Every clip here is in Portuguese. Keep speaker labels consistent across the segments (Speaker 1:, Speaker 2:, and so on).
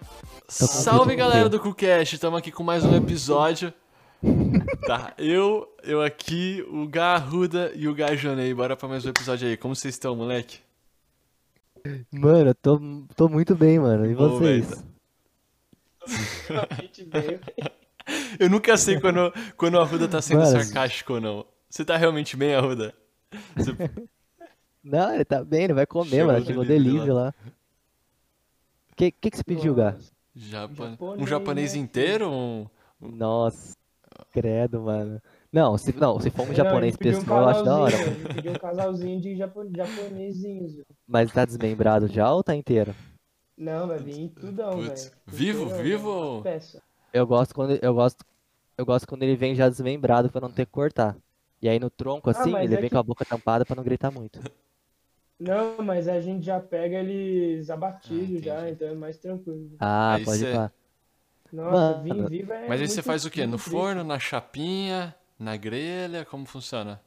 Speaker 1: Tá
Speaker 2: Salve
Speaker 1: complicado.
Speaker 2: galera do Cucast, estamos aqui com mais um episódio. Tá, eu, eu aqui, o Garruda e o Gajonei. Bora pra mais um episódio aí. Como vocês estão, moleque?
Speaker 1: Mano, eu tô, tô muito bem, tá. mano. E
Speaker 2: Ô,
Speaker 1: vocês?
Speaker 2: velho, Eu nunca sei quando, quando o Arruda tá sendo
Speaker 1: Mano.
Speaker 2: sarcástico ou não. Você tá realmente bem, Arruda? Você-
Speaker 1: Não, ele tá bem, ele vai comer,
Speaker 2: Chegou
Speaker 1: mano. Chegou
Speaker 2: delivery
Speaker 1: delivery lá. O que, que que você pediu, Gá?
Speaker 2: Japa- Um
Speaker 3: Japonês,
Speaker 2: japonês
Speaker 3: né,
Speaker 2: inteiro? Um...
Speaker 1: Nossa, credo, mano. Não, se, não, se for um
Speaker 3: Não,
Speaker 1: japonês
Speaker 3: ele pediu
Speaker 1: pessoal, eu acho da hora.
Speaker 3: casalzinho, ele pediu um casalzinho de japo- japonesinhos. velho.
Speaker 1: Mas tá desmembrado já ou tá inteiro?
Speaker 3: Não, vai vir tudão, velho.
Speaker 2: Putz. Vivo?
Speaker 3: Inteirão,
Speaker 2: Vivo?
Speaker 3: velho. Peça.
Speaker 1: Eu gosto quando eu gosto eu gosto quando ele vem já desmembrado pra não ter que cortar. E aí no tronco
Speaker 3: Ah,
Speaker 1: assim,
Speaker 3: mas
Speaker 1: ele
Speaker 3: é
Speaker 1: vem
Speaker 3: que-
Speaker 1: com a boca tampada pra não gritar muito.
Speaker 3: Não, mas a gente já pega eles abatidos
Speaker 2: Ah,
Speaker 3: já,
Speaker 2: entendi.
Speaker 3: então é mais tranquilo.
Speaker 1: Ah,
Speaker 2: Aí
Speaker 1: pode
Speaker 2: cê-
Speaker 1: pá.
Speaker 3: Nossa,
Speaker 1: Mano.
Speaker 3: vinho vivo é
Speaker 2: Mas aí você
Speaker 3: muito-
Speaker 2: faz o quê? No
Speaker 3: muito triste.
Speaker 2: forno, na chapinha, na grelha? Como funciona?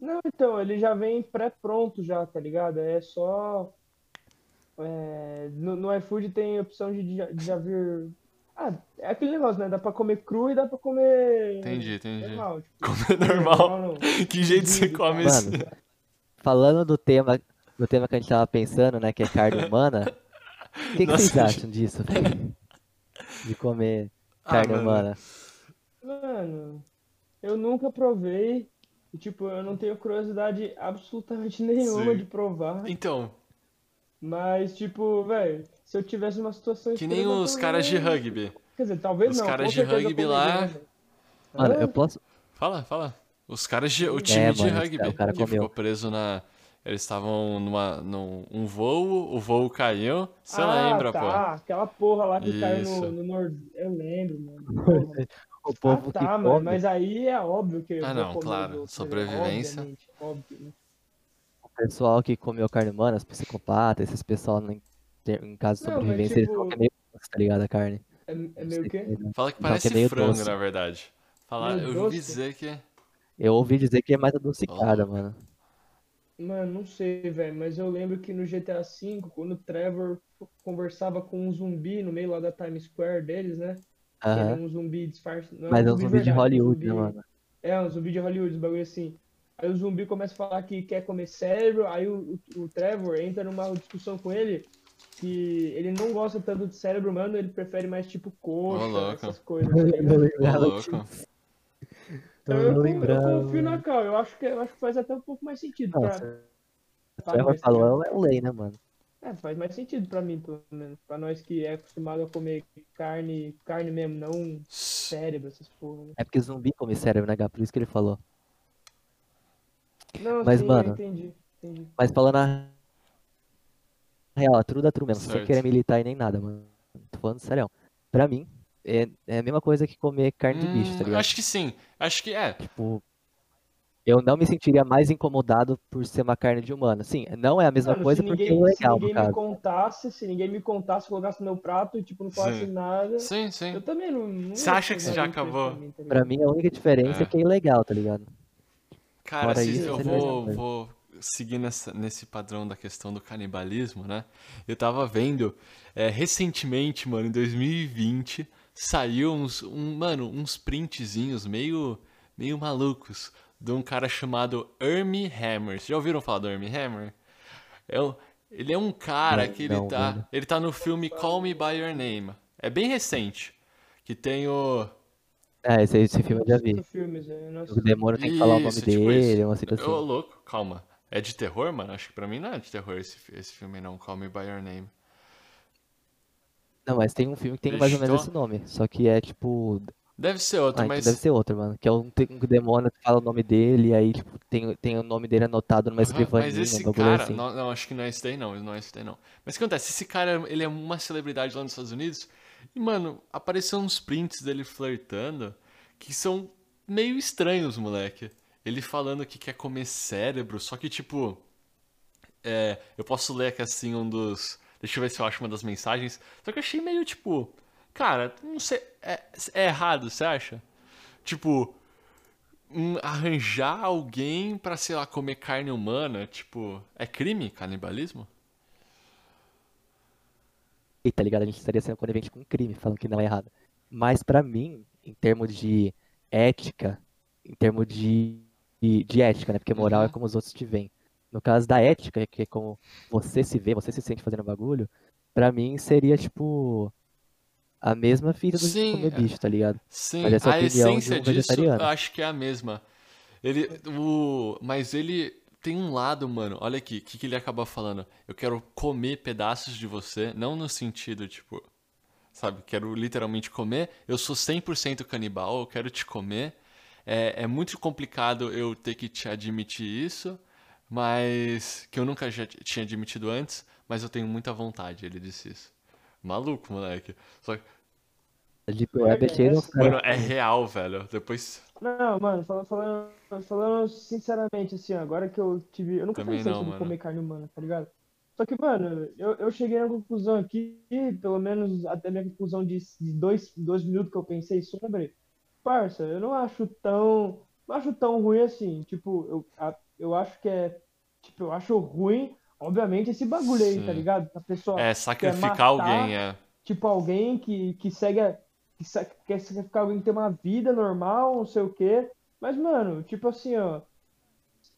Speaker 3: Não, então, ele já vem pré-pronto já, tá ligado? É só. é, no, no iFood tem a opção de já, de já vir. Ah, é aquele negócio, né? Dá pra comer cru e dá pra comer.
Speaker 2: Entendi, entendi.
Speaker 3: É Normal, tipo,
Speaker 2: Como é
Speaker 3: normal
Speaker 2: normal?
Speaker 3: não.
Speaker 2: Que jeito você
Speaker 3: Entendi,
Speaker 2: come
Speaker 1: cara.
Speaker 2: isso?
Speaker 1: Mano, Falando do tema, do tema que a gente tava pensando, né, que é carne humana, o que, que vocês
Speaker 2: Nossa,
Speaker 1: acham disso? velho? De comer
Speaker 2: Ah,
Speaker 1: carne
Speaker 2: mano.
Speaker 1: humana.
Speaker 3: Mano, eu nunca provei. E, tipo, eu não tenho curiosidade absolutamente nenhuma
Speaker 2: Sim.
Speaker 3: de provar.
Speaker 2: Então,
Speaker 3: Mas, tipo, velho, se eu tivesse uma situação
Speaker 2: que nem
Speaker 3: extrema, eu
Speaker 2: os caras de
Speaker 3: comeria.
Speaker 2: rugby.
Speaker 3: Quer dizer, talvez
Speaker 2: os
Speaker 3: não,
Speaker 2: caras
Speaker 3: com
Speaker 2: de
Speaker 3: certeza eu
Speaker 2: rugby
Speaker 3: comeria,
Speaker 2: lá-
Speaker 3: né?
Speaker 1: Mano,
Speaker 3: Ah,
Speaker 1: eu posso.
Speaker 2: Fala, fala. Os caras de, o time de
Speaker 1: É, mano, esse
Speaker 2: rugby
Speaker 1: cara- o cara
Speaker 2: que
Speaker 1: comeu.
Speaker 2: ficou preso na. Eles estavam numa num um voo, o voo caiu. Você
Speaker 3: Ah,
Speaker 2: lembra,
Speaker 3: tá, aquela porra lá que caiu
Speaker 2: Isso.
Speaker 3: no, no nord... Eu lembro, mano.
Speaker 1: O
Speaker 3: Porra, Ah,
Speaker 1: povo
Speaker 3: tá,
Speaker 1: que
Speaker 3: mano,
Speaker 1: come,
Speaker 3: mas aí é óbvio que eu
Speaker 2: Ah,
Speaker 3: vou
Speaker 2: não,
Speaker 3: comer os
Speaker 2: claro,
Speaker 3: outros, né?
Speaker 2: sobrevivência.
Speaker 3: Obviamente, óbvio, né?
Speaker 1: o pessoal que comeu carne humana, os psicopatas, esses pessoal em, ter- em caso de
Speaker 3: Não, mas,
Speaker 1: sobrevivência, eles
Speaker 3: tipo,
Speaker 1: comem meio doce, tá ligado? A carne.
Speaker 3: É, é
Speaker 1: Não
Speaker 3: meio
Speaker 1: sei
Speaker 3: o quê?
Speaker 1: se-
Speaker 2: pô? Fala que
Speaker 1: Não, que é
Speaker 2: parece
Speaker 1: meio
Speaker 2: frango,
Speaker 1: doce.
Speaker 2: na verdade. Fala,
Speaker 3: Meio
Speaker 2: eu ouvi
Speaker 3: doce?
Speaker 2: dizer que.
Speaker 1: Eu ouvi dizer que é mais adocicada, mano.
Speaker 3: Mano, não sei, velho, mas eu lembro que no GTA V, quando o Trevor conversava com um zumbi no meio lá da Times Square deles, né? Que
Speaker 1: Aham.
Speaker 3: era um zumbi disfarçado. Não,
Speaker 1: Mas é um zumbi de
Speaker 3: verdade,
Speaker 1: Hollywood,
Speaker 3: zumbi-
Speaker 1: né, mano?
Speaker 3: É, um zumbi de Hollywood, um bagulho assim. Aí o zumbi começa a falar que quer comer cérebro, aí o, o- o Trevor entra numa discussão com ele que ele não gosta tanto de cérebro humano, ele prefere mais tipo coxa,
Speaker 2: Ô, louco.
Speaker 3: essas coisas. tá ligado?
Speaker 2: Ô, louco.
Speaker 1: Eu
Speaker 3: Então eu,
Speaker 1: não
Speaker 3: con-
Speaker 1: lembrava.
Speaker 3: eu confio na Cal, eu acho, que, eu acho que faz até um pouco mais sentido
Speaker 1: Não,
Speaker 3: pra,
Speaker 1: se o
Speaker 3: pra
Speaker 1: Trevor
Speaker 3: nós, tá ligado?
Speaker 1: falou, é o lei, né, mano?
Speaker 3: É, faz mais sentido pra mim, pelo menos. Pra nós que é acostumado a comer carne, carne mesmo, não um cérebro, essas porra. né?
Speaker 1: É porque zumbi come cérebro, né, Gá? Por isso que ele falou.
Speaker 3: Não,
Speaker 1: Mas,
Speaker 3: sim,
Speaker 1: mano,
Speaker 3: eu entendi, entendi.
Speaker 1: Mas falando a real, é true da true mesmo, sem
Speaker 2: Certo.
Speaker 1: querer militar e nem nada, mano. Tô falando sério. Pra mim, é, é a mesma coisa que comer carne de bicho, tá
Speaker 2: Hum,
Speaker 1: ligado?
Speaker 2: acho que sim. Acho que é.
Speaker 1: Tipo, eu não me sentiria mais incomodado por ser uma carne de humano. Sim, não é a mesma
Speaker 3: Mano,
Speaker 1: coisa
Speaker 3: se
Speaker 1: porque
Speaker 3: ninguém,
Speaker 1: é
Speaker 3: se
Speaker 1: legal, no
Speaker 3: ninguém me
Speaker 1: caso.
Speaker 3: contasse, se ninguém me contasse, colocasse no meu prato e tipo, não falasse
Speaker 2: Sim.
Speaker 3: nada,
Speaker 2: Sim, sim.
Speaker 3: eu também não. não
Speaker 2: Você
Speaker 3: ia
Speaker 2: acha que
Speaker 3: fazer
Speaker 2: você já
Speaker 3: nada diferente
Speaker 2: acabou?
Speaker 3: Pra mim, tá
Speaker 1: Pra
Speaker 3: ligado?
Speaker 1: mim, a única diferença é,
Speaker 2: É.
Speaker 1: que é ilegal, tá ligado?
Speaker 2: Cara,
Speaker 1: Fora
Speaker 2: se-
Speaker 1: isso,
Speaker 2: eu
Speaker 1: seria a mesma
Speaker 2: vou,
Speaker 1: coisa.
Speaker 2: vou seguir nessa- nesse padrão da questão do canibalismo, né? Eu tava vendo é, recentemente, mano, em 2020, saiu uns, um, mano, uns printzinhos meio, meio malucos de um cara chamado Ermi Hammer. Vocês já ouviram falar do Ermi Hammer? É um- ele é um cara
Speaker 1: Não,
Speaker 2: que ele
Speaker 1: não,
Speaker 2: tá,
Speaker 1: mano.
Speaker 2: ele tá no filme Call Me By Your Name. É bem recente, que tem o...
Speaker 1: É, esse, esse filme eu já
Speaker 3: Assisto
Speaker 1: vi.
Speaker 3: Filmes, é, eu não
Speaker 1: O
Speaker 3: assisto.
Speaker 1: demônio tem que falar o nome
Speaker 2: Isso, tipo
Speaker 1: dele,
Speaker 2: isso.
Speaker 1: uma cita assim.
Speaker 2: Ô, louco, calma. É de terror, mano? Acho que pra mim não é de terror esse, fi- esse filme, não. Call Me By Your Name.
Speaker 1: Não, mas tem um filme que tem mais ou
Speaker 2: Vixe,
Speaker 1: menos
Speaker 2: então-
Speaker 1: esse nome. Só que é tipo.
Speaker 2: Deve ser outro,
Speaker 1: Ah, então
Speaker 2: mas.
Speaker 1: deve ser outro, mano. Que é um, tem um demônio que fala o nome dele, e aí, tipo, tem, tem o nome dele anotado numa
Speaker 2: Aham,
Speaker 1: escrivaninha,
Speaker 2: mas esse
Speaker 1: um bagulho
Speaker 2: cara.
Speaker 1: assim.
Speaker 2: Não, não, acho que não é esse daí, não. Não é esse daí, não. Mas o que acontece? Esse cara, ele é uma celebridade lá nos Estados Unidos. E, mano, apareceram uns prints dele flertando que são meio estranhos, moleque. Ele falando que quer comer cérebro, só que, tipo. É, eu posso ler aqui assim um dos. Deixa eu ver se eu acho uma das mensagens. Só que eu achei meio tipo. Cara, não sei. É, é errado, você acha? Tipo. hum, arranjar alguém pra, sei lá, comer carne humana, tipo. É crime canibalismo?
Speaker 1: tá ligado? A gente estaria sendo conivente com um crime, falando que não é errado. Mas pra mim, em termos de ética, em termos de, de, de ética, né? Porque moral é
Speaker 2: Uhum.
Speaker 1: como os outros te veem. No caso da ética, que é como você se vê, você se sente fazendo bagulho, pra mim seria, tipo, a mesma filha do
Speaker 2: Sim,
Speaker 1: comer
Speaker 2: é.
Speaker 1: bicho, tá ligado?
Speaker 2: Sim,
Speaker 1: Mas essa é a
Speaker 2: a
Speaker 1: opinião de um
Speaker 2: essência disso
Speaker 1: vegetariano.
Speaker 2: eu acho que é a mesma. Ele, o, mas ele tem um lado, mano. Olha aqui, o que, que ele acaba falando? Eu quero comer pedaços de você, não no sentido, tipo, sabe, quero literalmente comer. Eu sou 100% canibal, eu quero te comer. É, é muito complicado eu ter que te admitir isso, mas que eu nunca já t- tinha admitido antes, mas eu tenho muita vontade, ele disse isso. Maluco, moleque. Só que,
Speaker 1: Deep
Speaker 3: Olha
Speaker 1: Web é cheio de uns
Speaker 3: essa.
Speaker 1: caras
Speaker 2: mano, é real, velho. Depois.
Speaker 3: Não, mano, fala- falando, falando sinceramente, assim, ó, agora que eu tive. Eu nunca
Speaker 2: Também
Speaker 3: pensei
Speaker 2: não,
Speaker 3: sobre
Speaker 2: mano.
Speaker 3: comer carne humana, tá ligado? Só que, mano, eu, eu cheguei na conclusão aqui, pelo menos até minha conclusão de, de dois, dois minutos que eu pensei sobre, parça, eu não acho tão. Não acho tão ruim assim. Tipo, eu, a- eu acho que é. Tipo, eu acho ruim, obviamente, esse bagulho aí, tá
Speaker 2: Sim.
Speaker 3: ligado? A pessoa
Speaker 2: É,
Speaker 3: quer
Speaker 2: sacrificar
Speaker 3: matar,
Speaker 2: alguém, é.
Speaker 3: tipo alguém que, que segue a, que sa- quer sacrificar alguém que tem uma vida normal, não sei o quê. Mas, mano, tipo assim, ó,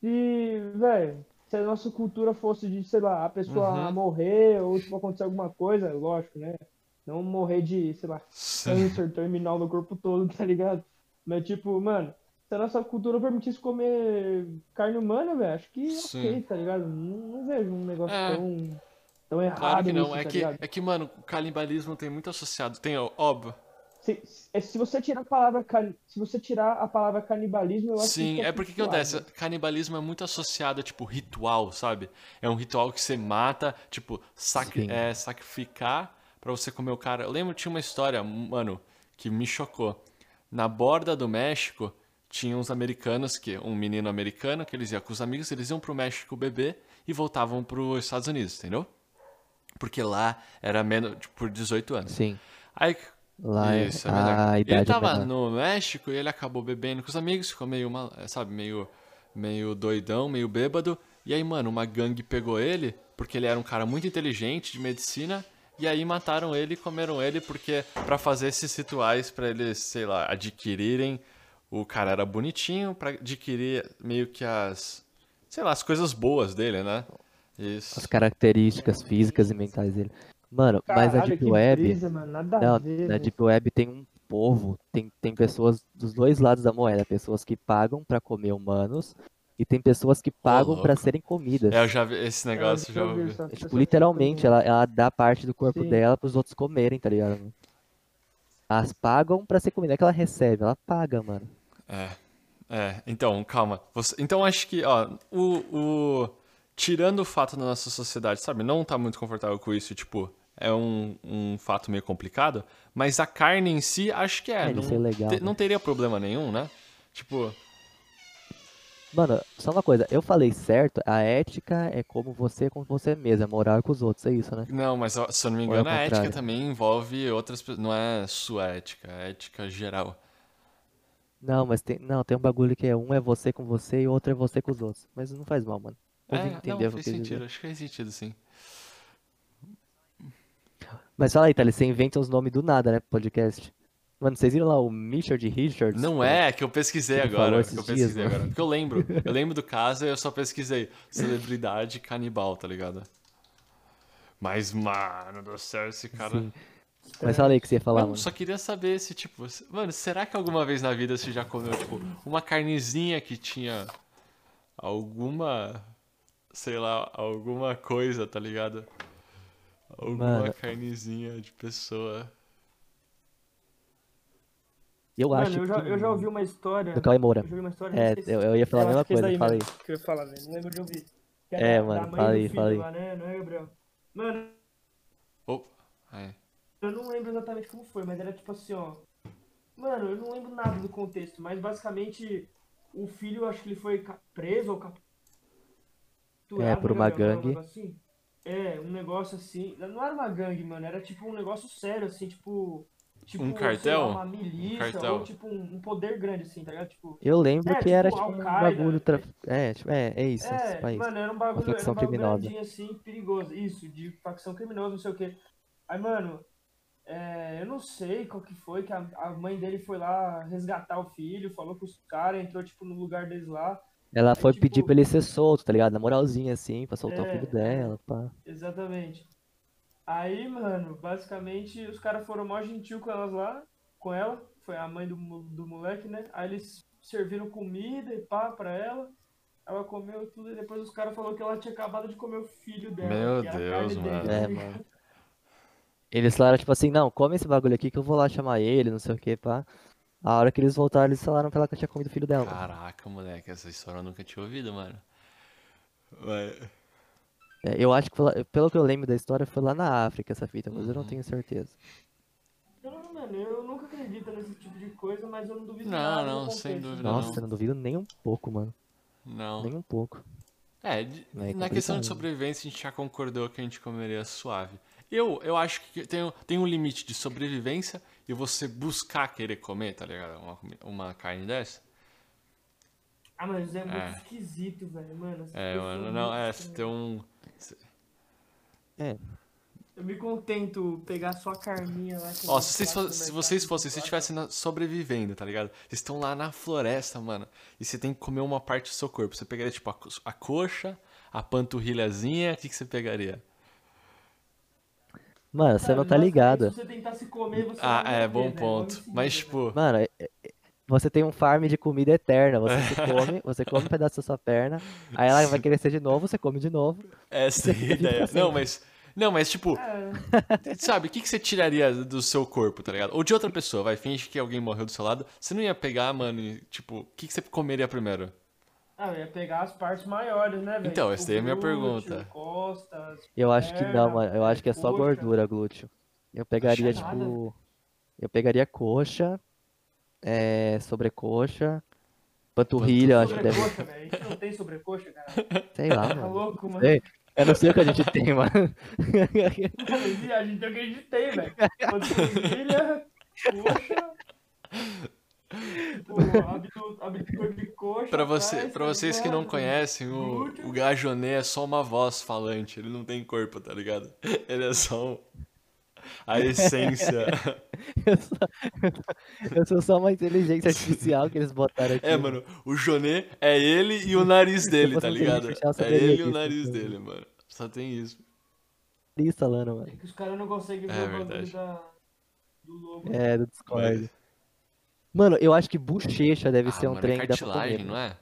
Speaker 3: se, velho, se a nossa cultura fosse de, sei lá, a pessoa
Speaker 2: Uhum.
Speaker 3: morrer ou tipo acontecer alguma coisa, lógico, né? Não morrer de, sei lá,
Speaker 2: Sim.
Speaker 3: câncer terminal no corpo todo, tá ligado? Mas tipo, mano, se a nossa cultura permitisse comer carne humana, velho, acho que
Speaker 2: Sim.
Speaker 3: ok, tá ligado? Não, não vejo um negócio
Speaker 2: É.
Speaker 3: tão, tão errado
Speaker 2: Claro que não.
Speaker 3: nisso,
Speaker 2: É
Speaker 3: tá
Speaker 2: que,
Speaker 3: ligado?
Speaker 2: é que, mano, o canibalismo tem muito associado. Tem, ó, óbvio.
Speaker 3: Se, é, se se você tirar a palavra cani- se você tirar a palavra canibalismo, eu acho que
Speaker 2: Sim,
Speaker 3: fica
Speaker 2: é porque que
Speaker 3: suave.
Speaker 2: acontece? Canibalismo é muito associado a, tipo, ritual, sabe? É um ritual que você mata, tipo, sacri-
Speaker 1: Sim.
Speaker 2: é, sacrificar pra você comer o cara. Eu lembro que tinha uma história, mano, que me chocou. Na borda do México, tinha uns americanos, que um menino americano, que eles iam com os amigos, eles iam pro México beber e voltavam pros Estados Unidos, entendeu? Porque lá era menos, tipo, por 18 anos.
Speaker 1: Sim.
Speaker 2: Aí,
Speaker 1: Lá é-
Speaker 2: isso, é menor.
Speaker 1: a
Speaker 2: Ele
Speaker 1: idade é
Speaker 2: tava
Speaker 1: menor.
Speaker 2: no México e ele acabou bebendo com os amigos, ficou meio, mal- sabe, meio, meio doidão, meio bêbado. E aí, mano, uma gangue pegou ele, porque ele era um cara muito inteligente de medicina, e aí mataram ele e comeram ele, porque pra fazer esses rituais, pra eles, sei lá, adquirirem. O cara era bonitinho, pra adquirir meio que as, sei lá, as coisas boas dele, né?
Speaker 1: as
Speaker 2: Isso.
Speaker 1: características físicas e mentais dele. Mano, mas é a
Speaker 3: Caralho,
Speaker 1: Deep
Speaker 3: que
Speaker 1: Web,
Speaker 3: brisa, mano, nada a
Speaker 1: não, é
Speaker 3: ver,
Speaker 1: na
Speaker 3: velho.
Speaker 1: Deep Web tem um povo, tem, tem pessoas dos dois lados da moeda, pessoas que pagam pra comer humanos e tem pessoas que pagam pra
Speaker 2: louco.
Speaker 1: serem comidas.
Speaker 2: É, eu já vi esse
Speaker 3: Eu
Speaker 2: negócio, já
Speaker 3: já ouvi
Speaker 2: ouvi.
Speaker 3: essa-
Speaker 1: É,
Speaker 3: essa
Speaker 1: tipo,
Speaker 3: fita
Speaker 1: literalmente,
Speaker 3: também.
Speaker 1: ela, ela dá parte do corpo
Speaker 3: Sim.
Speaker 1: dela pros outros comerem, tá ligado? mano? Elas pagam pra ser comida, não é que ela recebe, ela paga, mano.
Speaker 2: É, é, então, calma. Você- então acho que, ó, o, o- Tirando o fato da nossa sociedade, sabe, não tá muito confortável com isso, tipo, é um, um fato meio complicado, mas a carne em si, acho que é.
Speaker 1: É, de
Speaker 2: não,
Speaker 1: ser legal,
Speaker 2: te-
Speaker 1: né?
Speaker 2: não teria problema nenhum, né? Tipo,
Speaker 1: Mano, só uma coisa, eu falei certo, a ética é como você é com você mesmo, a moral é com os outros, é isso, né?
Speaker 2: não, mas ó, se eu não me
Speaker 1: Ou é o
Speaker 2: engano, a ética
Speaker 1: contrário?
Speaker 2: também envolve outras pessoas. Não é sua ética, é ética geral.
Speaker 1: Não, mas tem, não, tem um bagulho que é um é você com você e outro é você com os outros. Mas não faz mal, mano. Ouvi
Speaker 2: É, não,
Speaker 1: entender o que eu
Speaker 2: fez
Speaker 1: quis
Speaker 2: sentido,
Speaker 1: dizer.
Speaker 2: acho que fez sentido, sim.
Speaker 1: Mas fala aí, Thales, você inventa uns nomes do nada, né, pro podcast? Mano, vocês viram lá o Richard Richards?
Speaker 2: Não
Speaker 1: pô?
Speaker 2: é, é que eu pesquisei
Speaker 1: que ele falou
Speaker 2: agora.
Speaker 1: esses
Speaker 2: Que eu
Speaker 1: dias, né?
Speaker 2: pesquisei
Speaker 1: mano.
Speaker 2: agora. Porque eu lembro. Eu lembro do caso e eu só pesquisei. Celebridade canibal, tá ligado? Mas, mano do céu, esse cara.
Speaker 1: Sim. Mas fala aí o que você ia falar,
Speaker 2: Mano,
Speaker 1: mano.
Speaker 2: só queria saber se, tipo. se- Mano, será que alguma vez na vida você já comeu, tipo, uma carnezinha que tinha alguma. Sei lá, alguma coisa, tá ligado? Alguma
Speaker 1: Mano.
Speaker 2: carnezinha de pessoa.
Speaker 1: Eu
Speaker 3: Mano,
Speaker 1: acho
Speaker 3: eu já,
Speaker 1: que
Speaker 3: eu já ouvi uma história.
Speaker 1: do Cauê Moura.
Speaker 3: Eu já ouvi uma história.
Speaker 1: É,
Speaker 3: esqueci.
Speaker 1: eu, eu ia falar a
Speaker 3: Eu
Speaker 1: mesma
Speaker 3: acho que é isso
Speaker 1: coisa,
Speaker 3: daí
Speaker 1: fala aí.
Speaker 3: mesmo que eu ia falar, velho. Não lembro de ouvir. Que
Speaker 1: É,
Speaker 3: da-
Speaker 1: mano,
Speaker 3: da mãe
Speaker 1: fala
Speaker 3: do
Speaker 1: aí, fala
Speaker 3: filho
Speaker 1: aí.
Speaker 3: lá, né? Não é, Gabriel? Mano,
Speaker 2: Oh, ai.
Speaker 3: eu não lembro exatamente como foi, mas era tipo assim, ó. Mano, eu não lembro nada do contexto, mas basicamente o filho, acho que ele foi ca- preso ou capturado.
Speaker 1: É, por uma
Speaker 3: né, Gabriel? Não era um
Speaker 1: gangue.
Speaker 3: negócio assim? É, um negócio assim. Não era uma gangue, mano, era tipo um negócio sério, assim, tipo. Tipo, sei lá,
Speaker 2: Um cartel?
Speaker 3: uma milícia,
Speaker 2: cartel?
Speaker 3: ou tipo um, um poder grande, assim, tá ligado? Tipo.
Speaker 1: Eu lembro
Speaker 3: É,
Speaker 1: que
Speaker 3: tipo,
Speaker 1: era tipo um
Speaker 3: Al-Qaeda.
Speaker 1: bagulho. Tra... É, tipo, é, é isso, esse
Speaker 3: É,
Speaker 1: país.
Speaker 3: mano, era um
Speaker 1: Uma
Speaker 3: bagulho, era
Speaker 1: facção
Speaker 3: um bagulho
Speaker 1: criminosa.
Speaker 3: grandinho assim, perigoso. Isso, de facção criminosa, não sei o quê. Aí, mano, é, eu não sei qual que foi, que a, a mãe dele foi lá resgatar o filho, falou com os caras, entrou, tipo, no lugar deles lá.
Speaker 1: Ela foi
Speaker 3: tipo-
Speaker 1: pedir pra ele ser solto, tá ligado? Na moralzinha, assim, pra soltar o
Speaker 3: É.
Speaker 1: filho dela, pá.
Speaker 3: Exatamente. Aí, mano, basicamente, os caras foram mó gentil com elas lá, com ela, foi a mãe do, mo- do moleque, né? Aí eles serviram comida e pá pra ela. Ela comeu tudo e depois os caras falaram que ela tinha acabado de comer o filho dela.
Speaker 2: Meu
Speaker 3: que era a
Speaker 2: Deus,
Speaker 3: carne dele,
Speaker 2: mano.
Speaker 3: tá
Speaker 1: É,
Speaker 3: ligado?
Speaker 1: mano. Eles falaram, tipo assim, não, come esse bagulho aqui que eu vou lá chamar ele, não sei o que, pá. A hora que eles voltaram, eles falaram pra ela que eu tinha comido o filho dela.
Speaker 2: Caraca, moleque, essa história eu nunca tinha ouvido, mano. Mas-
Speaker 1: É, eu acho que, foi lá- pelo que eu lembro da história, foi lá na África essa fita, mas eu não tenho certeza.
Speaker 3: Não, mano, eu nunca acredito nesse tipo de coisa, mas eu não duvido
Speaker 2: Não,
Speaker 3: nada. do
Speaker 2: não,
Speaker 3: contexto,
Speaker 2: sem dúvida.
Speaker 3: né?
Speaker 1: Nossa,
Speaker 2: não.
Speaker 1: eu não duvido nem um pouco, mano.
Speaker 2: Não.
Speaker 1: Nem um pouco.
Speaker 2: É, de-
Speaker 1: Não, é
Speaker 2: na questão de
Speaker 1: complicado, né?
Speaker 2: sobrevivência a gente já concordou que a gente comeria suave. Eu, eu acho que tem, um- tem um limite de sobrevivência e você buscar querer comer, tá ligado? Uma, comi- uma carne dessa.
Speaker 3: Ah, mas é muito
Speaker 2: É.
Speaker 3: esquisito, velho, mano. essas
Speaker 2: É,
Speaker 3: pessoas
Speaker 2: mano,
Speaker 3: muito
Speaker 2: não, é,
Speaker 3: estranhas.
Speaker 2: você tem um.
Speaker 1: É,
Speaker 3: Eu me contento pegar só a carninha lá. que eu
Speaker 2: Ó, se vocês,
Speaker 3: faço
Speaker 2: fo-
Speaker 3: no
Speaker 2: se
Speaker 3: mercado,
Speaker 2: vocês fossem, se
Speaker 3: lá.
Speaker 2: estivessem na- sobrevivendo, tá ligado? Vocês estão lá na floresta, mano, e você tem que comer uma parte do seu corpo. Você pegaria, tipo, a, co- a coxa, a panturrilhazinha, o que, que você pegaria?
Speaker 1: mano, você
Speaker 3: Cara,
Speaker 1: não tá
Speaker 3: basicamente,
Speaker 1: ligado.
Speaker 3: Se você tentar se comer, você
Speaker 2: Ah,
Speaker 3: vai
Speaker 2: é,
Speaker 3: morrer,
Speaker 2: bom
Speaker 3: né?
Speaker 2: ponto.
Speaker 3: Logo em
Speaker 2: Mas,
Speaker 3: seguida,
Speaker 2: tipo,
Speaker 1: Mano, é- é- você tem um farm de comida eterna. Você se come, você come um pedaço da sua perna, aí ela vai crescer de novo, você come de novo.
Speaker 2: essa é a ideia. Não, mas. Não, mas, tipo,
Speaker 3: velho. É,
Speaker 2: Sabe, o que, que você tiraria do seu corpo, tá ligado? Ou de outra pessoa, vai, finge que alguém morreu do seu lado. Você não ia pegar, mano, e, tipo, o que, que você comeria primeiro?
Speaker 3: ah, eu ia pegar as partes maiores, né, velho?
Speaker 2: Então,
Speaker 3: Tipo,
Speaker 2: essa daí é a minha
Speaker 3: glúteo,
Speaker 2: pergunta.
Speaker 3: Costas.
Speaker 1: Eu acho que não,
Speaker 3: perna,
Speaker 1: mano. Eu acho que é só
Speaker 3: coxa.
Speaker 1: gordura, glúteo. Eu pegaria,
Speaker 3: nada.
Speaker 1: tipo. Eu pegaria coxa, é, sobrecoxa, panturrilha, eu acho que deve.
Speaker 3: Sobrecoxa, velho. A gente não tem sobrecoxa, cara.
Speaker 1: Sei lá,
Speaker 3: Tá
Speaker 1: mano.
Speaker 3: louco, mano.
Speaker 1: Sei. Eu não sei o que a gente tem, mano.
Speaker 3: Mas A gente acreditei, velho. Panturrilha, coxa. Tipo, abdu- abdutor de coxa.
Speaker 2: Pra, você,
Speaker 3: atrás,
Speaker 2: pra
Speaker 3: tá
Speaker 2: vocês que não
Speaker 3: ligado?
Speaker 2: conhecem, o, o Gajonê é só uma voz falante, ele não tem corpo, tá ligado? Ele é só um- a essência.
Speaker 1: Eu sou, eu sou só uma inteligência artificial que eles botaram aqui.
Speaker 2: É, mano, o Jonê é ele e o nariz dele,
Speaker 1: fosse
Speaker 2: tá
Speaker 1: um inteligente
Speaker 2: ligado?
Speaker 1: artificial, eu
Speaker 2: É
Speaker 1: saberia
Speaker 2: ele e o
Speaker 1: disso,
Speaker 2: nariz
Speaker 1: cara.
Speaker 2: dele, mano. Só tem isso.
Speaker 1: Isso, falando, Tá mano.
Speaker 3: É que os caras não conseguem ver
Speaker 2: É
Speaker 3: o bagulho
Speaker 2: verdade.
Speaker 3: da... do lobo.
Speaker 1: É, do Discord.
Speaker 2: Mas-
Speaker 1: Mano, eu acho que bochecha deve
Speaker 2: Ah,
Speaker 1: ser um
Speaker 2: mano, é
Speaker 1: trem que dá pra comer.
Speaker 2: cartilagem, não é?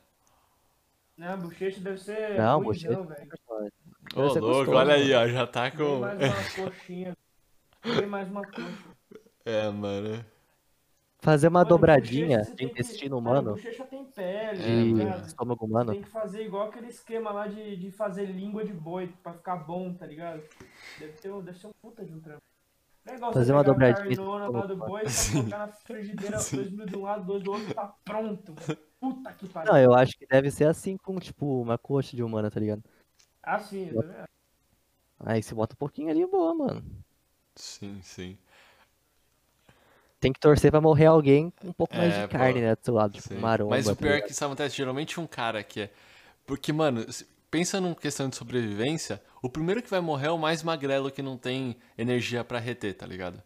Speaker 3: Né, a bochecha deve ser
Speaker 1: Não,
Speaker 3: ruimzão,
Speaker 1: bochecha.
Speaker 3: velho.
Speaker 1: mano.
Speaker 2: Ô,
Speaker 1: Deve ser
Speaker 2: louco,
Speaker 1: gostoso,
Speaker 2: olha
Speaker 1: mano.
Speaker 2: aí, ó, já tá
Speaker 3: Tem
Speaker 2: com.
Speaker 3: mais uma coxinha. Tem mais uma coxa.
Speaker 2: É, mano.
Speaker 1: Fazer uma
Speaker 3: Mano,
Speaker 1: dobradinha
Speaker 3: bochecha, você
Speaker 1: de
Speaker 3: tem que-
Speaker 1: intestino
Speaker 3: cara,
Speaker 1: humano,
Speaker 3: bochecha tem pele,
Speaker 2: É
Speaker 3: tá
Speaker 1: de
Speaker 3: ligado?
Speaker 1: estômago
Speaker 3: Você
Speaker 1: humano,
Speaker 3: Tem que fazer igual aquele esquema lá de, de fazer língua de boi pra ficar bom, tá ligado? Deve ter um, deve ser um puta de um trampo. É igual você
Speaker 1: Fazer uma
Speaker 3: pegar a
Speaker 1: dobradinha de
Speaker 3: carnona lá do
Speaker 1: estômago.
Speaker 3: boi, pra colocar na frigideira dois minutos de um lado, dois do outro, tá pronto. velho. Puta que pariu.
Speaker 1: Não, é- eu acho que deve ser assim com, tipo, uma coxa de humana, tá ligado?
Speaker 3: Assim, né?
Speaker 1: Aí você bota um pouquinho ali, boa, mano.
Speaker 2: Sim, sim.
Speaker 1: Tem que torcer pra morrer alguém com um pouco mais
Speaker 2: É,
Speaker 1: de
Speaker 2: pô,
Speaker 1: carne, né, do seu lado, tipo,
Speaker 2: sim.
Speaker 1: maromba,
Speaker 2: Mas o
Speaker 1: tá
Speaker 2: pior é
Speaker 1: ligado?
Speaker 2: que isso acontece geralmente um cara que é. Porque, mano, se- pensa numa questão de sobrevivência, o primeiro que vai morrer é o mais magrelo que não tem energia pra reter, tá ligado?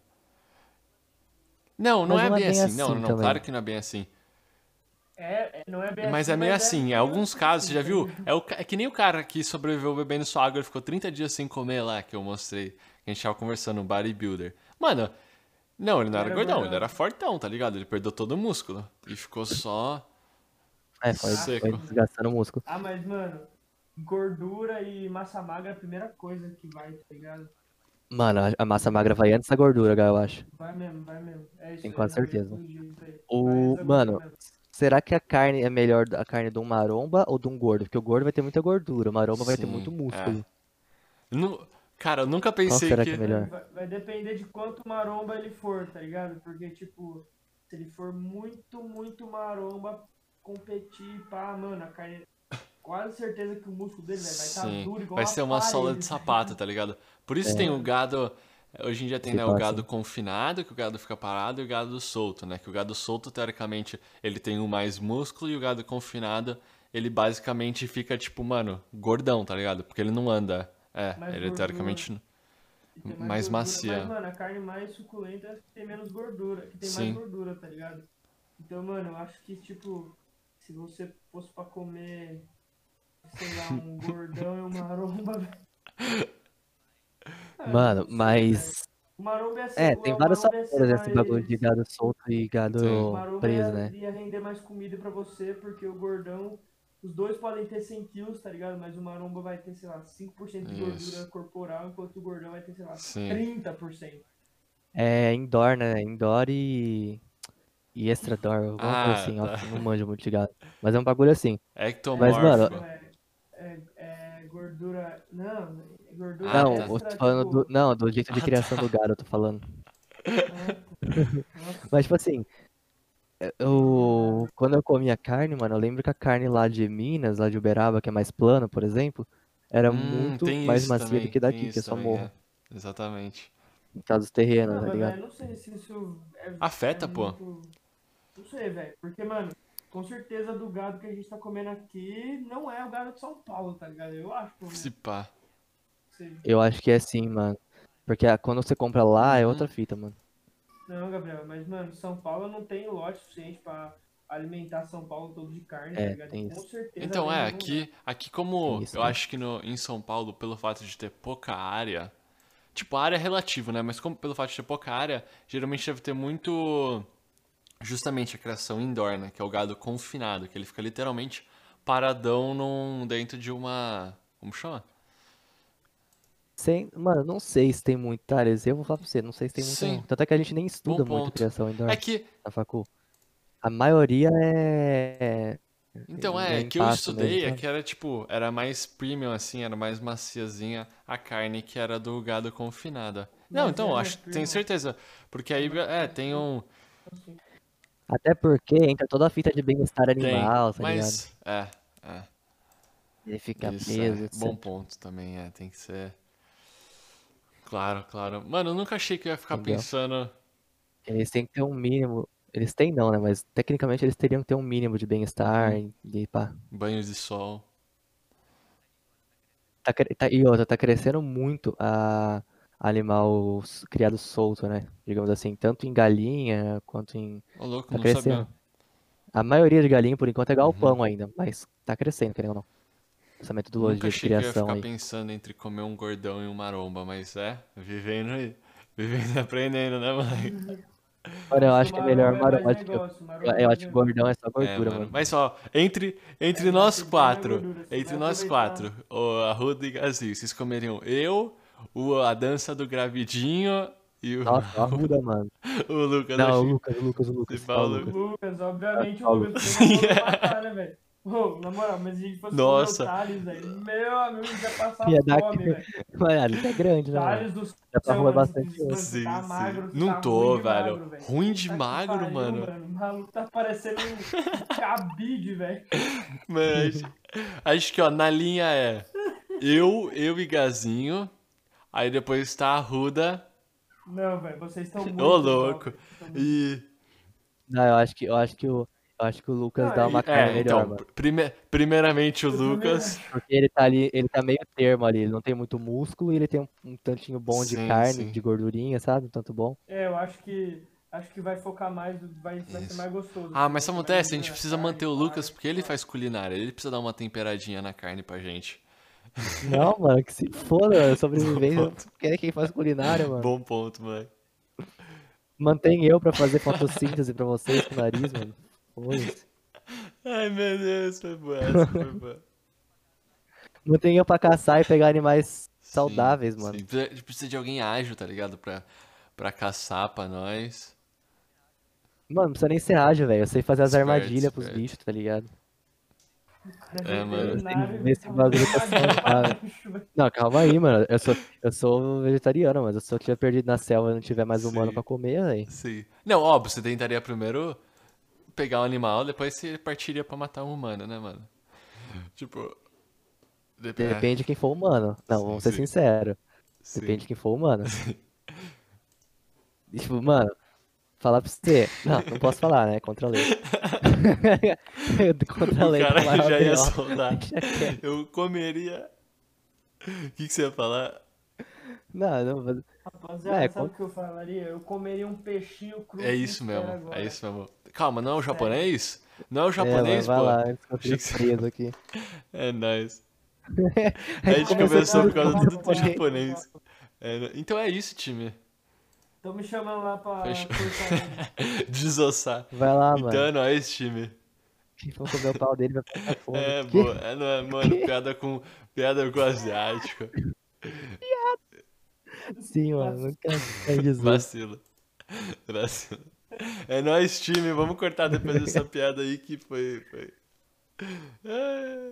Speaker 2: Não, não
Speaker 1: Mas
Speaker 2: é
Speaker 1: não é
Speaker 2: bem
Speaker 1: bem
Speaker 2: assim. Não,
Speaker 1: assim
Speaker 2: não,
Speaker 1: também.
Speaker 2: claro que não é bem assim.
Speaker 3: É, é- não é bem
Speaker 2: Mas
Speaker 3: assim,
Speaker 2: é meio assim, em
Speaker 3: meio
Speaker 2: alguns casos, você já
Speaker 3: assim,
Speaker 2: viu? É, o ca- é que nem o cara que sobreviveu bebendo sua água e ficou 30 dias sem comer lá, que eu mostrei, que a gente tava conversando, um bodybuilder. Mano, não, ele não era
Speaker 3: Era
Speaker 2: gordão,
Speaker 3: gordão.
Speaker 2: ele era fortão, tá ligado? Ele perdeu todo o músculo e ficou só.
Speaker 1: É, foi,
Speaker 2: seco.
Speaker 1: foi desgastando o músculo.
Speaker 3: Ah, mas, mano, gordura e massa magra é a primeira coisa que vai, tá ligado?
Speaker 1: Mano, a- a massa magra vai antes da gordura, cara, eu acho.
Speaker 3: Vai mesmo, vai mesmo. É isso
Speaker 1: Tem
Speaker 3: aí,
Speaker 1: quase
Speaker 3: não tem
Speaker 1: certeza.
Speaker 3: outro jeito aí.
Speaker 1: O...
Speaker 3: Mas é
Speaker 1: Mano,
Speaker 3: muito mesmo.
Speaker 1: será que a carne é melhor a carne de um maromba ou de um gordo? Porque o gordo vai ter muita gordura, o maromba vai ter
Speaker 2: Sim, é.
Speaker 1: muito músculo.
Speaker 2: Nu- Cara, eu nunca
Speaker 1: Qual
Speaker 2: pensei
Speaker 1: será que
Speaker 2: que.
Speaker 1: é melhor?
Speaker 3: Vai, vai depender de quanto maromba ele for, tá ligado? Porque, tipo, se ele for muito, muito maromba, competir, pá, mano, a carne. Quase certeza que o músculo dele velho, né? vai estar
Speaker 2: Sim,
Speaker 3: duro igual
Speaker 2: vai ser uma sola de
Speaker 3: parede.
Speaker 2: sapato, tá ligado? Por isso tem o gado. Hoje em dia tem
Speaker 1: Se
Speaker 2: né, o
Speaker 1: É. passa.
Speaker 2: gado confinado, que o gado fica parado, e o gado solto, né? Que o gado solto, teoricamente, ele tem um mais músculo e o gado confinado, ele basicamente fica, tipo, mano, gordão, tá ligado? Porque ele não anda. É,
Speaker 3: Mais
Speaker 2: ele
Speaker 3: gordura.
Speaker 2: teoricamente. n-
Speaker 3: E tem
Speaker 2: Mais
Speaker 3: gordura,
Speaker 2: macia.
Speaker 3: Mas, mano, a carne mais suculenta é tem menos gordura, que tem
Speaker 2: Sim.
Speaker 3: mais gordura, tá ligado? Então, mano, eu acho que, tipo, se você fosse pra comer, sei lá, um gordão e uma maromba... Ah,
Speaker 1: Mano,
Speaker 3: não sei, velho.
Speaker 1: mas.
Speaker 3: O Maromba ia ser-
Speaker 1: É,
Speaker 3: o
Speaker 1: tem várias
Speaker 3: maromba ia ser
Speaker 1: sabores esse bagulho
Speaker 3: mais-
Speaker 1: de gado solto e gado
Speaker 2: Sim.
Speaker 3: o Maromba é
Speaker 1: preso,
Speaker 3: ia,
Speaker 1: né?
Speaker 3: ia render mais comida pra você, porque o gordão... Os dois podem ter 100 quilos, tá ligado? Mas o maromba vai ter, sei lá, 5% de gordura
Speaker 2: Isso.
Speaker 3: corporal, enquanto o gordão vai ter, sei lá,
Speaker 2: Sim.
Speaker 3: 30%.
Speaker 1: É indoor, né? Indoor e. E extrador, alguma coisa
Speaker 2: Ah,
Speaker 1: assim,
Speaker 2: tá.
Speaker 1: ó, que não manjo muito de gado. Mas é um bagulho assim.
Speaker 2: Ectomorfo.
Speaker 1: Mas, mano,
Speaker 3: Não, é, é- é gordura. Não, é gordura.
Speaker 2: Ah,
Speaker 1: não,
Speaker 2: tá.
Speaker 1: eu tô
Speaker 3: extra,
Speaker 1: falando
Speaker 3: tipo,
Speaker 1: do. Não, do jeito de
Speaker 2: Ah,
Speaker 1: criação do gado, eu tô falando.
Speaker 3: ah, nossa,
Speaker 1: Mas, tipo assim, é, eu, quando eu comia carne, mano, eu lembro que a carne lá de Minas, lá de Uberaba, que é mais plana, por exemplo, era
Speaker 2: Hum,
Speaker 1: muito
Speaker 2: tem
Speaker 1: mais
Speaker 2: isso
Speaker 1: macia
Speaker 2: também,
Speaker 1: do que daqui,
Speaker 2: tem
Speaker 1: que é
Speaker 2: isso
Speaker 1: só
Speaker 2: também,
Speaker 1: morro,
Speaker 2: é. Exatamente.
Speaker 1: por causa dos terrenos,
Speaker 3: não,
Speaker 1: tá
Speaker 3: mas,
Speaker 1: ligado?
Speaker 3: velho, não sei se isso. É,
Speaker 2: Afeta,
Speaker 3: é
Speaker 2: pô.
Speaker 3: muito- Não sei, velho. Porque, mano, com certeza do gado que a gente tá comendo aqui não é o gado de São Paulo, tá ligado? Eu acho, pelo menos.
Speaker 2: Se pá.
Speaker 3: Sim.
Speaker 1: Eu acho que é assim, mano. Porque a- quando você compra lá, é
Speaker 2: Uhum.
Speaker 1: outra fita, mano.
Speaker 3: Não, Gabriel, mas, mano, São Paulo não tem lote suficiente pra alimentar São Paulo todo de carne,
Speaker 1: É,
Speaker 3: tá ligado?
Speaker 1: tem
Speaker 3: com
Speaker 1: isso.
Speaker 3: certeza. né,
Speaker 2: Então,
Speaker 3: vem
Speaker 2: é,
Speaker 3: algum lugar.
Speaker 2: aqui, aqui como
Speaker 1: Tem isso,
Speaker 2: eu
Speaker 1: né?
Speaker 2: acho que no, em São Paulo, pelo fato de ter pouca área, tipo, a área é relativa, né? Mas como pelo fato de ter pouca área, geralmente deve ter muito, justamente a criação indoor, né? Que é o gado confinado, que ele fica literalmente paradão num, dentro de uma, como chama?
Speaker 1: Sem, mano, não sei se tem muito, tá? Eles- Eu vou falar pra você, não sei se tem muito,
Speaker 2: Sim.
Speaker 1: não. Tanto é que a gente nem estuda muito
Speaker 2: ponto.
Speaker 1: criação indoor
Speaker 2: É que,
Speaker 1: na facul. A maioria é.
Speaker 2: então,
Speaker 1: é
Speaker 2: é,
Speaker 1: em
Speaker 2: que eu
Speaker 1: pasto
Speaker 2: estudei
Speaker 1: mesmo,
Speaker 2: é
Speaker 1: sabe?
Speaker 2: que era, tipo, era mais premium, assim, era mais maciazinha a carne que era do gado confinada. Não,
Speaker 3: Mas
Speaker 2: então, eu
Speaker 3: é,
Speaker 2: acho, tenho
Speaker 3: premium.
Speaker 2: certeza, porque aí, é, tem um...
Speaker 1: Até porque entra toda a fita de bem-estar animal, tá ligado?
Speaker 2: mas, é, é.
Speaker 1: Ele fica
Speaker 2: isso,
Speaker 1: preso,
Speaker 2: é.
Speaker 1: etc.
Speaker 2: Bom ponto também, é. Tem que ser. Claro, claro. Mano, eu nunca achei que eu ia ficar
Speaker 1: Entendeu?
Speaker 2: pensando.
Speaker 1: Eles têm que ter um mínimo. Eles têm não, né? Mas tecnicamente eles teriam que ter um mínimo de bem-estar e- e pá.
Speaker 2: Banhos de sol.
Speaker 1: Tá, cre- tá- e outra, tá crescendo muito a animal s- criado solto, né? Digamos assim, tanto em galinha quanto em.
Speaker 2: Ô, louco,
Speaker 1: Tá
Speaker 2: não sabia.
Speaker 1: crescendo. A maioria de galinha, por enquanto, é galpão ainda, mas tá crescendo, querendo ou não. Essa metodologia
Speaker 2: Nunca
Speaker 1: de
Speaker 2: achei que eu ia
Speaker 1: criação
Speaker 2: ficar
Speaker 1: aí.
Speaker 2: pensando entre comer um gordão e um maromba, mas é, vivendo e vivendo e aprendendo, né, moleque?
Speaker 1: Mano, eu
Speaker 3: Mas
Speaker 1: acho
Speaker 3: o
Speaker 1: que é melhor
Speaker 3: maromba é
Speaker 1: maromba.
Speaker 3: mais
Speaker 1: acho que eu-
Speaker 3: negócio,
Speaker 1: Eu,
Speaker 3: maromba
Speaker 1: eu
Speaker 3: é
Speaker 1: acho que
Speaker 3: mais
Speaker 1: gordão é só
Speaker 2: É,
Speaker 1: gordura,
Speaker 2: mano.
Speaker 1: mano.
Speaker 2: Mas ó, entre, entre
Speaker 3: É,
Speaker 2: nós
Speaker 3: tem que ter mais
Speaker 2: quatro,
Speaker 3: gordura, você
Speaker 2: entre
Speaker 3: vai
Speaker 2: nós
Speaker 3: aproveitar.
Speaker 2: quatro, o Arruda e Gazi, vocês comeriam eu, o, a dança do gravidinho e o,
Speaker 1: Nossa, ó a ruda, mano.
Speaker 2: o Lucas.
Speaker 1: Não, o
Speaker 2: acho que-
Speaker 1: Lucas, o Lucas, o Lucas.
Speaker 2: Se
Speaker 1: ó o
Speaker 2: fala-
Speaker 3: O
Speaker 1: Lucas.
Speaker 3: Lucas, obviamente o
Speaker 1: Paulo.
Speaker 3: Lucas pegou a bola pra matar, né, velho? Ô, na moral, mas se a gente fosse comer
Speaker 2: Nossa.
Speaker 3: o Thales, velho, meu amigo, já passava
Speaker 1: Ia dar
Speaker 3: fome, velho.
Speaker 1: Mano, ele é grande, né, mano?
Speaker 3: Thales do céu,
Speaker 1: Dá pra rolar
Speaker 3: mano,
Speaker 1: bastante
Speaker 3: mano,
Speaker 1: osso.
Speaker 3: você
Speaker 2: Sim,
Speaker 3: tá
Speaker 2: sim.
Speaker 3: magro, você
Speaker 2: Não
Speaker 3: tá
Speaker 2: tô,
Speaker 3: ruim de
Speaker 2: velho.
Speaker 3: magro, velho.
Speaker 2: ruim de
Speaker 3: Tá que
Speaker 2: magro,
Speaker 3: pariu,
Speaker 2: mano.
Speaker 3: O maluco tá parecendo um cabide, velho.
Speaker 2: Mano, acho- acho que, ó, na linha é eu, eu e Gazinho. Aí depois tá a Ruda.
Speaker 3: Não, velho, vocês estão muito.
Speaker 2: Ô, louco.
Speaker 3: jovens, vocês tão muito-
Speaker 2: E.
Speaker 1: Não, eu acho que, eu acho que o, eu acho que o Lucas
Speaker 3: Não,
Speaker 1: dá
Speaker 3: e-
Speaker 1: uma cara
Speaker 2: É,
Speaker 1: melhor,
Speaker 2: então,
Speaker 1: mano.
Speaker 2: prime- primeiramente o Lucas.
Speaker 1: Porque ele tá ali, ele tá meio termo ali, ele não tem muito músculo e ele tem um, um tantinho bom de
Speaker 2: Sim,
Speaker 1: carne,
Speaker 2: sim.
Speaker 1: de gordurinha, sabe? Um tanto bom.
Speaker 3: É, eu acho que. Acho que vai focar mais, vai, vai ser
Speaker 2: Isso.
Speaker 3: mais gostoso.
Speaker 2: Ah, mas sabe o que
Speaker 3: Vai ser mais
Speaker 2: acontece? A gente
Speaker 3: gordura,
Speaker 2: precisa
Speaker 3: carne,
Speaker 2: manter o Lucas
Speaker 3: pá.
Speaker 2: porque ele faz culinária. Ele precisa dar uma temperadinha na carne pra gente.
Speaker 1: Não, mano, que se foda, mano, sobrevivência.
Speaker 2: ponto.
Speaker 1: Quer quem faz culinária, mano.
Speaker 2: Bom ponto, moleque.
Speaker 1: Mantém eu pra fazer fotossíntese pra vocês com o nariz, mano. Foda-se.
Speaker 2: Ai, meu Deus, foi boa. Essa foi boa.
Speaker 1: Mantém eu pra caçar e pegar animais
Speaker 2: Sim,
Speaker 1: saudáveis, mano.
Speaker 2: sim. Precisa- Precisa de alguém ágil, tá ligado? Pra, pra caçar pra nós.
Speaker 1: Mano, não precisa nem ser ágil, velho. Eu sei fazer as
Speaker 2: Esperto,
Speaker 1: armadilhas pros
Speaker 2: esperto.
Speaker 1: bichos, tá ligado?
Speaker 2: É, mano.
Speaker 3: Veterinário,
Speaker 1: Tem- esse
Speaker 3: tá
Speaker 1: bagulho tá
Speaker 3: magro pra
Speaker 1: saudável.
Speaker 3: bicho, velho.
Speaker 1: Não, calma aí, mano. Eu sou, eu sou vegetariano, mas se eu tiver perdido na selva e não tiver mais humano
Speaker 2: Sim.
Speaker 1: pra comer, velho.
Speaker 2: Sim. Não, óbvio, você tentaria primeiro pegar um animal, depois você partiria pra matar um humano, né, mano? Tipo. dep- é,
Speaker 1: Depende de quem for humano. Não,
Speaker 2: Sim,
Speaker 1: vamos ser
Speaker 2: sim.
Speaker 1: sinceros.
Speaker 2: sim.
Speaker 1: Depende de quem for humano. E, Tipo, mano, falar pra você. Não, não posso falar, né? Contra a lei. Contra a
Speaker 2: O
Speaker 1: lei.
Speaker 2: cara
Speaker 1: falar
Speaker 2: já ia
Speaker 1: B.O.
Speaker 2: soltar.
Speaker 1: Deixa quieto.
Speaker 2: Eu comeria. O que, que você ia falar?
Speaker 1: Não, não, mas-
Speaker 3: Rapaziada,
Speaker 1: É,
Speaker 3: sabe o
Speaker 1: com-
Speaker 3: que eu falaria? Eu comeria um peixinho cru.
Speaker 2: É isso
Speaker 3: inteiro
Speaker 2: mesmo,
Speaker 3: agora.
Speaker 2: é isso mesmo. Calma, não é o japonês? Não é o
Speaker 1: é, mas
Speaker 2: japonês,
Speaker 1: vai
Speaker 2: pô?
Speaker 1: lá, antes que eu
Speaker 2: Achei
Speaker 1: fique
Speaker 2: que você-
Speaker 1: preso aqui.
Speaker 2: É nóis.
Speaker 1: Aí
Speaker 2: A gente
Speaker 1: começou
Speaker 2: começou por
Speaker 1: tudo
Speaker 2: causa
Speaker 1: com
Speaker 2: do, do
Speaker 1: japonês.
Speaker 2: japonês. É, então é isso, time.
Speaker 3: Então me chamando lá pra
Speaker 2: Fechou.
Speaker 3: cortar.
Speaker 2: Desossar.
Speaker 1: Vai lá, mano.
Speaker 2: Então, não é esse time.
Speaker 1: Quem for comer o pau dele vai ficar fome.
Speaker 2: É,
Speaker 1: Que-
Speaker 2: boa. É, não é, mano, piada com, piada com asiático.
Speaker 1: Sim, assim, mano. Nunca é Jesus.
Speaker 2: Vacila. Vacila. É nóis, time. Vamos cortar depois dessa piada aí que foi. foi. É.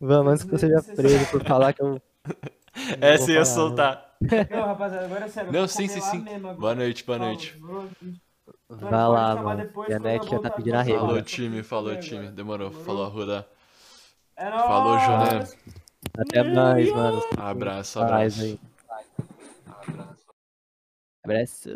Speaker 1: Vamos, antes que eu seja preso por falar que eu.
Speaker 2: Essa ia
Speaker 1: vou falar,
Speaker 2: É,
Speaker 1: né?
Speaker 2: soltar.
Speaker 3: Não, rapaziada, agora é sério. eu
Speaker 2: Não,
Speaker 3: vou
Speaker 2: sim,
Speaker 3: comer
Speaker 2: sim,
Speaker 3: lá
Speaker 2: sim.
Speaker 3: mesmo agora.
Speaker 2: Boa noite, boa
Speaker 3: Falou,
Speaker 2: noite.
Speaker 3: boa noite.
Speaker 1: Vai lá,
Speaker 3: Pode chamar
Speaker 1: mano.
Speaker 3: depois,
Speaker 1: Minha
Speaker 3: quando eu
Speaker 1: net já tá
Speaker 3: voltar,
Speaker 1: pedindo arrego.
Speaker 2: Falou,
Speaker 1: mano.
Speaker 2: time. Falou, time. Demorou. Falou, Arruda.
Speaker 3: É
Speaker 2: Falou,
Speaker 3: nóis!
Speaker 2: Joné.
Speaker 1: Até mais, mano.
Speaker 2: Abraço,
Speaker 1: Paz aí.
Speaker 2: abraço.
Speaker 1: Abraço.